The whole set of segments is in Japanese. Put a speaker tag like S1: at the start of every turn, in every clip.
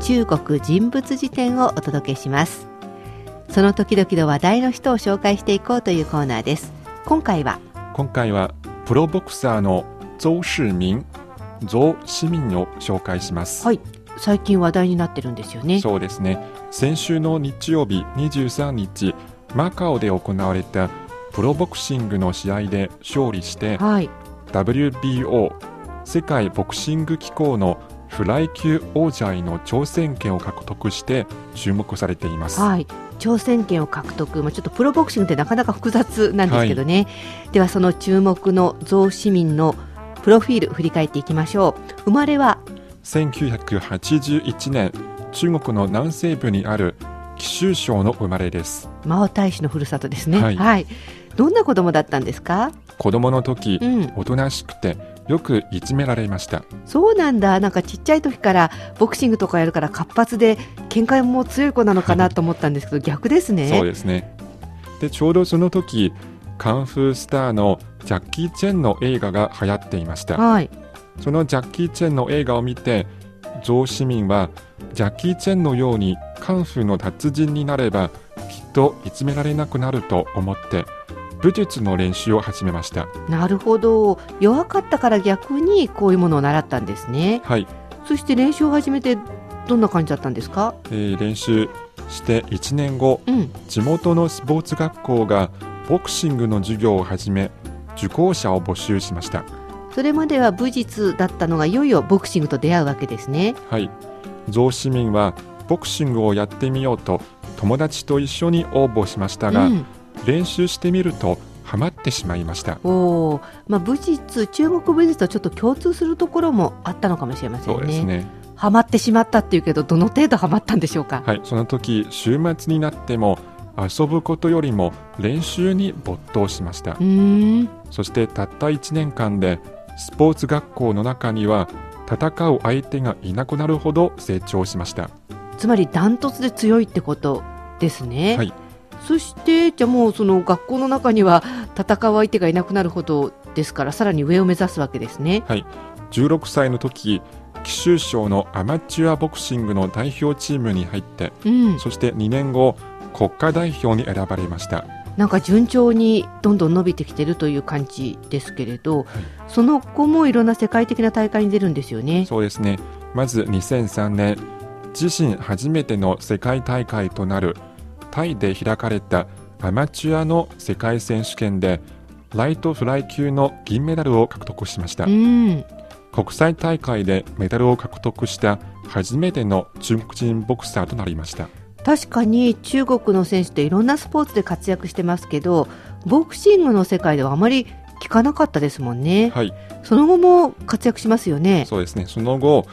S1: 中国人物辞典をお届けしますその時々の話題の人を紹介していこうというコーナーです今回は
S2: 今回はプロボクサーの曾志明曾志明を紹介します、
S1: はい最近話題になってるんですよね
S2: そうですね先週の日曜日23日マカオで行われたプロボクシングの試合で勝利して
S1: はい
S2: WBO 世界ボクシング機構のフライ級王者への挑戦権を獲得して注目されています、
S1: はい挑戦権を獲得、まあ、ちょっとプロボクシングってなかなか複雑なんですけどね、ではその注目の増市民のプロフィール振り返っていきましょう生まれは
S2: 1981年中国の南西部にある貴州省の生まれです
S1: 真央大使のふるさとですねは、
S2: はいい
S1: どんな子供だったんですか
S2: 子供の時
S1: うん
S2: おとなしくてよくいじめられました
S1: そうなんだなんかちっちゃい時からボクシングとかやるから活発で見解も強い子なのかなと思ったんですけど、逆ですね
S2: そうですねでちょうどその時カンフースターのジャッキー・チェンの映画が流行っていました
S1: はい
S2: そのジャッキー・チェンの映画を見て、上市民は、ジャッキー・チェンのようにカンフーの達人になれば、きっといじめられなくなると思って、武術の練習を始めました。
S1: なるほど弱かったから逆にこういうものを習ったんですね
S2: はい、
S1: そして練習を始めてどんな感じだったんですか
S2: えー練習して1年後、
S1: うん
S2: 地元のスポーツ学校がボクシングの授業を始め、受講者を募集しました。
S1: それまでは武術だったのがいよいよボクシングと出会うわけですね
S2: はい、上市民はボクシングをやってみようと、友達と一緒に応募しましたが、
S1: うん、
S2: 練習してみるとハマってしまいました
S1: おーまあ、武術中国武術とちょっと共通するところもあったのかもしれませんね
S2: そうですね
S1: ハマってしまったっていうけどどの程度ハマったんでしょうか、
S2: はいその時週末になっても遊ぶことよりも練習に没頭しました
S1: うーん
S2: そしてたった1年間でスポーツ学校の中には戦う相手がいなくなるほど成長しました
S1: つまりダントツで強いってことですね。
S2: はい
S1: そしてじゃあもうその学校の中には戦う相手がいなくなるほどですからさらに上を目指すわけですね。
S2: 16歳の時貴州省のアマチュアボクシングの代表チームに入って
S1: うん、
S2: そして2年後国家代表に選ばれました
S1: なんか順調にどんどん伸びてきてるという感じですけれど、その後もいろんな世界的な大会に出るんですよね。
S2: そうですね。まず2003年、自身初めての世界大会となるタイで開かれたアマチュアの世界選手権でライトフライ級の銀メダルを獲得しました
S1: う。ん、
S2: 国際大会でメダルを獲得した初めての中国人ボクサーとなりました。
S1: 確かに中国の選手っていろんなスポーツで活躍してますけどボクシングの世界ではあまり聞かなかったですもんね。
S2: はい、
S1: その後も活躍しますよね。
S2: そうですね。その後、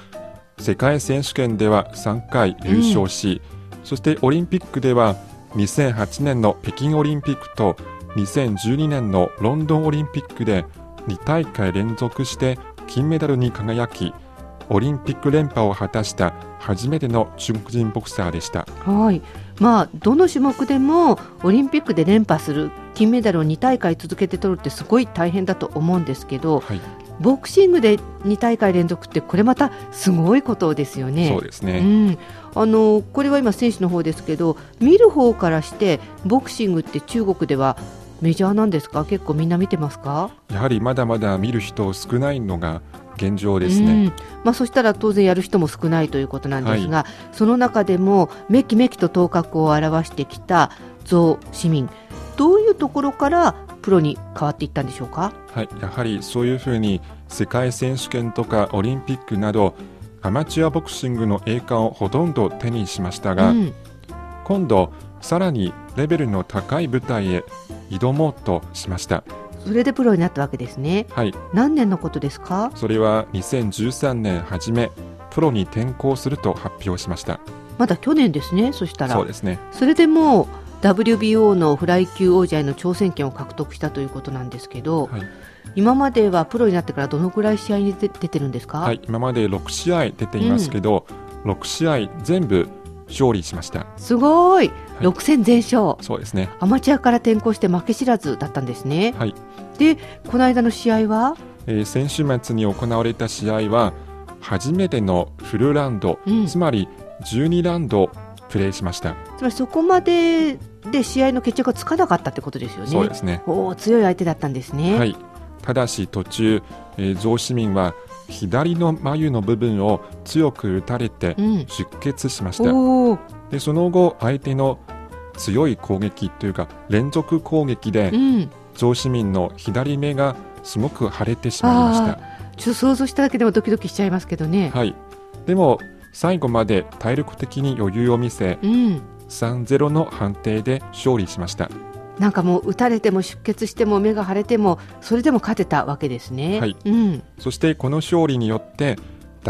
S2: 世界選手権では3回優勝し、そしてオリンピックでは2008年の北京オリンピックと2012年のロンドンオリンピックで2大会連続して金メダルに輝き、オリンピック連覇を果たした初めての中国人ボクサーでした。
S1: はい。まあどの種目でもオリンピックで連覇する金メダルを2大会続けて取るってすごい大変だと思うんですけど、
S2: はい、
S1: ボクシングで2大会連続ってこれまたすごいことですよね。
S2: そうですね。
S1: うん。あのこれは今選手の方ですけど、見る方からしてボクシングって中国ではメジャーなんですか？結構みんな見てますか？
S2: やはりまだまだ見る人少ないのが現状です
S1: うん
S2: ね。
S1: まあ、そしたら当然やる人も少ないということなんですが、その中でもめきめきと頭角を現してきた増市民どういうところからプロに変わっていったんでしょうか、
S2: はい、やはりそういうふうに世界選手権とかオリンピックなどアマチュアボクシングの栄冠をほとんど手にしました
S1: う
S2: が、
S1: ん、
S2: 今度さらにレベルの高い舞台へ挑もうとしました
S1: それでプロになったわけですね
S2: はい
S1: 何年のことですか、
S2: それは2013年初めプロに転向すると発表しました
S1: まだ去年ですねそしたら
S2: そうですね
S1: それでもう WBO のフライ級王者への挑戦権を獲得したということなんですけど、
S2: はい
S1: 今まではプロになってからどのくらい試合に出てるんですか、
S2: はい今まで6試合出ていますけど、6試合全部勝利しました
S1: すごい6戦全勝、
S2: そうですね
S1: アマチュアから転向して負け知らずだったんですね。
S2: はい
S1: で、この間の試合は、
S2: えー先週末に行われた試合は初めてのフルラウンド、
S1: うん
S2: つまり12ラウンドプレーしました。
S1: つまりそこまでで試合の決着がつかなかったってことですよね。
S2: そうですね。
S1: おお強い相手だったんですね。
S2: はい。ただし途中、えー、ゾウ市民は左の眉の部分を強く打たれて
S1: うん。
S2: 出血しました。
S1: おお。
S2: でその後相手の強い攻撃というか連続攻撃で
S1: うん。
S2: 上市民の左目がすごく腫れてしまいまし
S1: ちょっと想像しただけでもドキドキしちゃいますけどね。
S2: た、はい、でも最後まで体力的に余裕を見せ
S1: うん。
S2: 3-0の判定で勝利しました、
S1: なんかもう打たれても出血しても目が腫れてもそれでも勝てたわけですね。
S2: はい
S1: うん。
S2: そしてこの勝利によって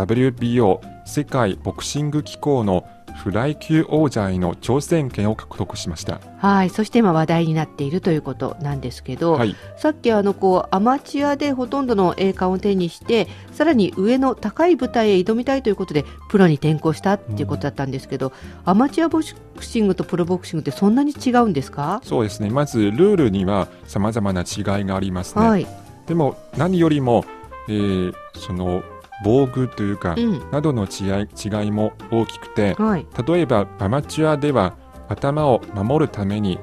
S2: WBO 世界ボクシング機構のフライ級王者への挑戦権を獲得しました、
S1: はい。そして今話題になっているということなんですけど、
S2: はい、
S1: さっきあのこうアマチュアでほとんどの栄冠を手にしてさらに上の高い舞台へ挑みたいということでプロに転向したっていうことだったんですけど、アマチュアボクシングとプロボクシングってそんなに違うんですか、
S2: そうですねまずルールにはさまざまな違いがありますね、
S1: はい、
S2: でも何よりも、えーその防具というか、
S1: うん
S2: などの違い違いも大きくて
S1: はい、
S2: 例えばアマチュアでは頭を守るために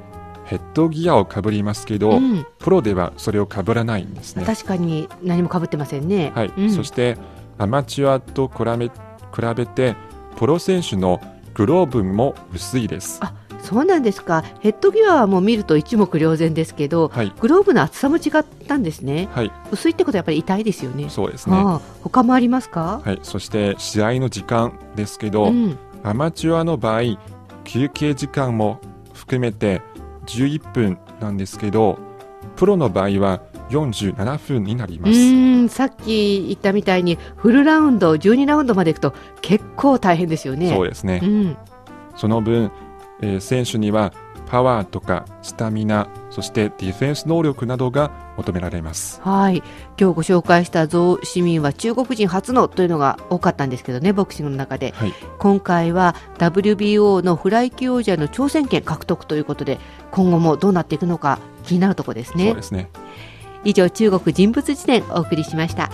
S2: ヘッドギアをかぶりますけ
S1: う
S2: ど、
S1: ん、
S2: プロではそれをかぶらないんですね。
S1: 確かに何もかぶってませんね。
S2: はい
S1: うん
S2: そしてアマチュアと比べ比べてプロ選手のグローブも薄いです。
S1: あそうなんですかヘッドギアはもう見ると一目瞭然ですけど
S2: はい、
S1: グローブの厚さも違ったんですね
S2: はい、
S1: 薄いってことはやっぱり痛いですよね
S2: そうですね。
S1: ああ他もありますか、
S2: はい、そして試合の時間ですけど、
S1: うん、
S2: アマチュアの場合、休憩時間も含めて11分なんですけど、プロの場合は47分になり
S1: う
S2: ます。
S1: ーんさっき言ったみたいにフルラウンド12ラウンドまでいくと結構大変ですよね
S2: そう
S1: う
S2: ですね。
S1: ん、
S2: その分、えー選手にはパワーとかスタミナ、そしてディフェンス能力などが求められます。
S1: はい今日ご紹介したゾウ市民は中国人初のというのが多かったんですけどねボクシングの中で
S2: はい、
S1: 今回は WBO のフライ級王者への挑戦権獲得ということで今後もどうなっていくのか気になるところです
S2: そう
S1: ね
S2: ですね。
S1: 以上中国人物辞典お送りしました